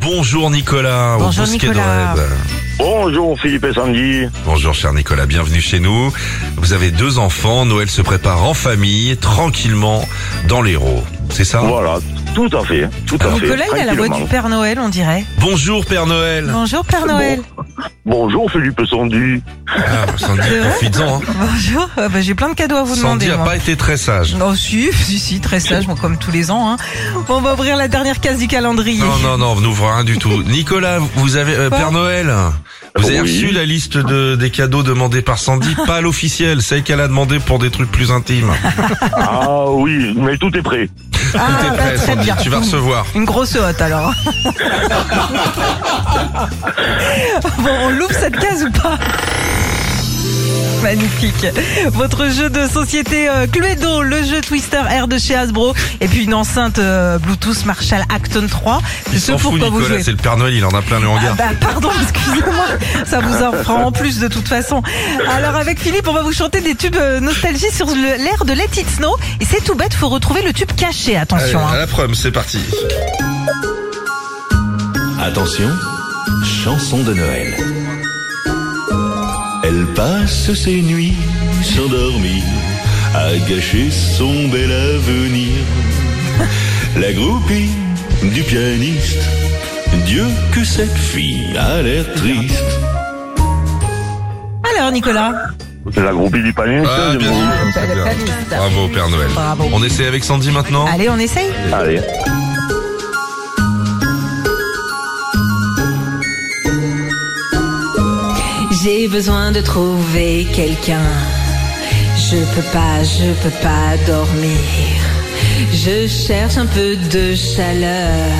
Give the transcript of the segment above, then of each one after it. Bonjour Nicolas, au Bonjour Bosquet Nicolas. de Rêve. Bonjour Philippe et Sandy. Bonjour cher Nicolas, bienvenue chez nous. Vous avez deux enfants, Noël se prépare en famille, tranquillement, dans l'Hérault. C'est ça Voilà, tout à fait, tout Ah, à fait. Nicolas, il a la voix du tranquillement. Père Noël, on dirait. Bonjour Père Noël Bonjour Père Bon. Noël. Bonjour Philippe et Sandy. Ah, Sandy, C'est vrai profites-en. hein. Bonjour. Ah bah, J'ai plein de cadeaux à vous Sandy demander. a moi. pas été très sage. Non, si, si, si, très sage, bon, comme tous les ans. hein. Bon, on va ouvrir la dernière case du calendrier. Non, non, non, vous n'ouvrez rien du tout. Nicolas, vous avez... euh, Quoi Père Noël, vous avez Oui. reçu la liste de, des cadeaux demandés par Sandy, pas l'officielle, celle qu'elle a demandé pour des trucs plus intimes. Ah oui, mais tout est prêt. Ah, Tout est bah, prêt, très Sandy, bien. tu vas recevoir. Une grosse hotte alors. bon, on l'ouvre cette case ou pas Magnifique. Votre jeu de société euh, Cluedo, le jeu Twister R de chez Hasbro, et puis une enceinte euh, Bluetooth Marshall Acton 3. C'est Il ce s'en pour fout quoi vous Nicolas, jouez. c'est le Père Noël, il en a plein le Ah regard. bah pardon, excusez-moi, ça vous en fera en plus de toute façon. Alors avec Philippe, on va vous chanter des tubes euh, nostalgie sur le- l'air de Let It Snow. Et c'est tout bête, faut retrouver le tube caché, attention. hein. Allez, à la prom, c'est parti. Attention, chanson de Noël. Elle passe ses nuits sans dormir, à gâcher son bel avenir. La groupie du pianiste, Dieu que cette fille a l'air triste. Alors Nicolas La groupie du palais. Ah, c'est bien bon. sûr, très bien. Bravo, Père Noël. Bravo. On essaie avec Sandy maintenant Allez, on essaye Allez, J'ai besoin de trouver quelqu'un. Je peux pas, je peux pas dormir. Je cherche un peu de chaleur.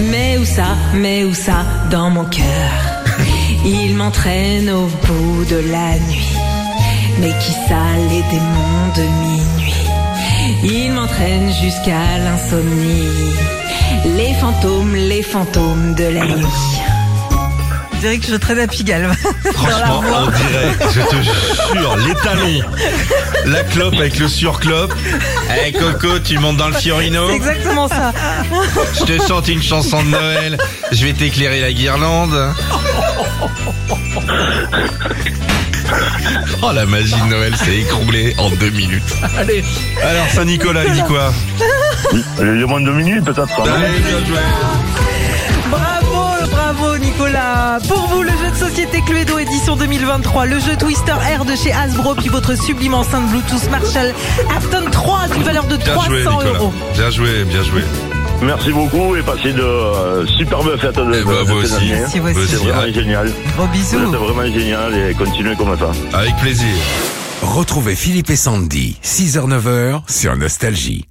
Mais où ça, mais où ça, dans mon cœur. Il m'entraîne au bout de la nuit. Mais qui ça, les démons de minuit. Il m'entraîne jusqu'à l'insomnie. Les fantômes, les fantômes de la nuit. Je dirais que je traîne à Pigalle. Franchement, on dirait, je te jure, les talons, la clope avec le surclope. Eh Coco, tu montes dans le Fiorino, C'est exactement ça. je te chante une chanson de Noël, je vais t'éclairer la guirlande. Oh la magie de Noël s'est écroulée en deux minutes. Allez. Alors Saint-Nicolas, il dit quoi le le moins de minutes peut-être. Allez, bien joué. Bravo, bravo Nicolas Pour vous, le jeu de société Cluedo édition 2023, le jeu Twister Air de chez Hasbro, puis votre sublime enceinte Bluetooth Marshall Afton 3 d'une valeur de Bien 300 joué Nicolas. euros. Bien joué, bien joué. Merci beaucoup et passez de euh, superbes fêtes de, Eh ben, de vous cette aussi. année. Si vous Vous aussi. C'est aussi. vraiment génial. Bon C'est bisous. vraiment génial et continuez comme ça. Avec plaisir. Retrouvez Philippe et Sandy, 6h-9h sur Nostalgie.